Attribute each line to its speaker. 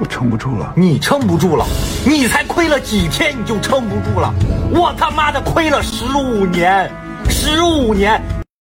Speaker 1: 我撑不住了，
Speaker 2: 你撑不住了，你才亏了几天你就撑不住了，我他妈的亏了十五年，十五年，